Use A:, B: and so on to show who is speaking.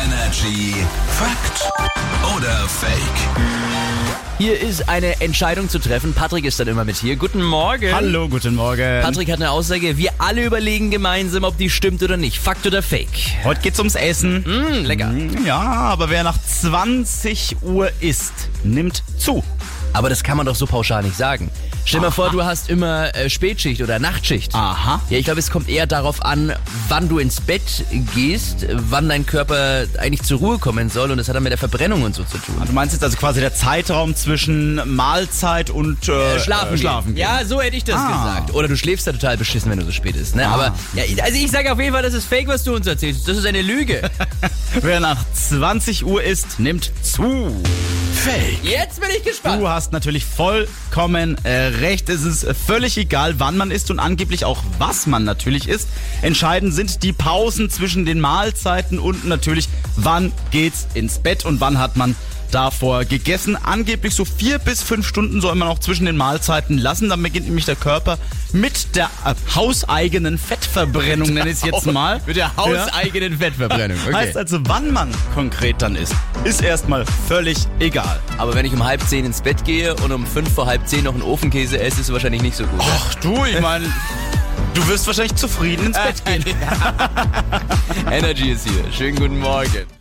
A: Energy Fakt oder Fake?
B: Hier ist eine Entscheidung zu treffen. Patrick ist dann immer mit hier. Guten Morgen.
C: Hallo, guten Morgen.
B: Patrick hat eine Aussage. Wir alle überlegen gemeinsam, ob die stimmt oder nicht. Fakt oder Fake?
C: Heute geht's ums Essen. Mhm.
B: Hm, lecker.
C: Ja, aber wer nach 20 Uhr isst, nimmt zu.
B: Aber das kann man doch so pauschal nicht sagen. Stell dir mal vor, du hast immer äh, Spätschicht oder Nachtschicht.
C: Aha.
B: Ja, ich glaube, es kommt eher darauf an, wann du ins Bett gehst, wann dein Körper eigentlich zur Ruhe kommen soll. Und das hat dann mit der Verbrennung und so zu tun.
C: Du meinst jetzt also quasi der Zeitraum zwischen Mahlzeit und äh,
B: Äh, Schlafen.
C: äh,
B: gehen.
C: schlafen gehen.
B: Ja, so hätte ich das
C: Ah.
B: gesagt. Oder du schläfst da total beschissen, wenn du so spät ist. Ne? Aber ja, also ich sage auf jeden Fall, das ist fake, was du uns erzählst. Das ist eine Lüge.
C: Wer nach 20 Uhr isst, nimmt zu.
A: Fake.
B: Jetzt bin ich gespannt.
C: Du hast natürlich vollkommen äh, recht. Es ist völlig egal, wann man isst und angeblich auch was man natürlich isst. Entscheidend sind die Pausen zwischen den Mahlzeiten und natürlich, wann geht's ins Bett und wann hat man davor gegessen. Angeblich so vier bis fünf Stunden soll man auch zwischen den Mahlzeiten lassen. Dann beginnt nämlich der Körper mit der äh, hauseigenen Fettverbrennung, nenne ich es jetzt mal.
B: Mit der hauseigenen Fettverbrennung.
C: Heißt
B: Okay.
C: also, wann man konkret dann isst, ist erstmal völlig egal.
B: Aber wenn ich um halb zehn ins Bett gehe und um fünf vor halb zehn noch einen Ofenkäse esse, ist es wahrscheinlich nicht so gut. ne?
C: Ach du, ich meine, du wirst wahrscheinlich zufrieden ins Bett gehen.
B: Energy ist hier. Schönen guten Morgen.